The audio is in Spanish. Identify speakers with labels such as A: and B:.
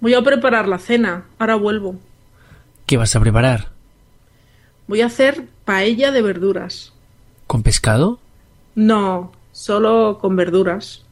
A: Voy a preparar la cena. Ahora vuelvo.
B: ¿Qué vas a preparar?
A: Voy a hacer paella de verduras.
B: ¿Con pescado?
A: No, solo con verduras.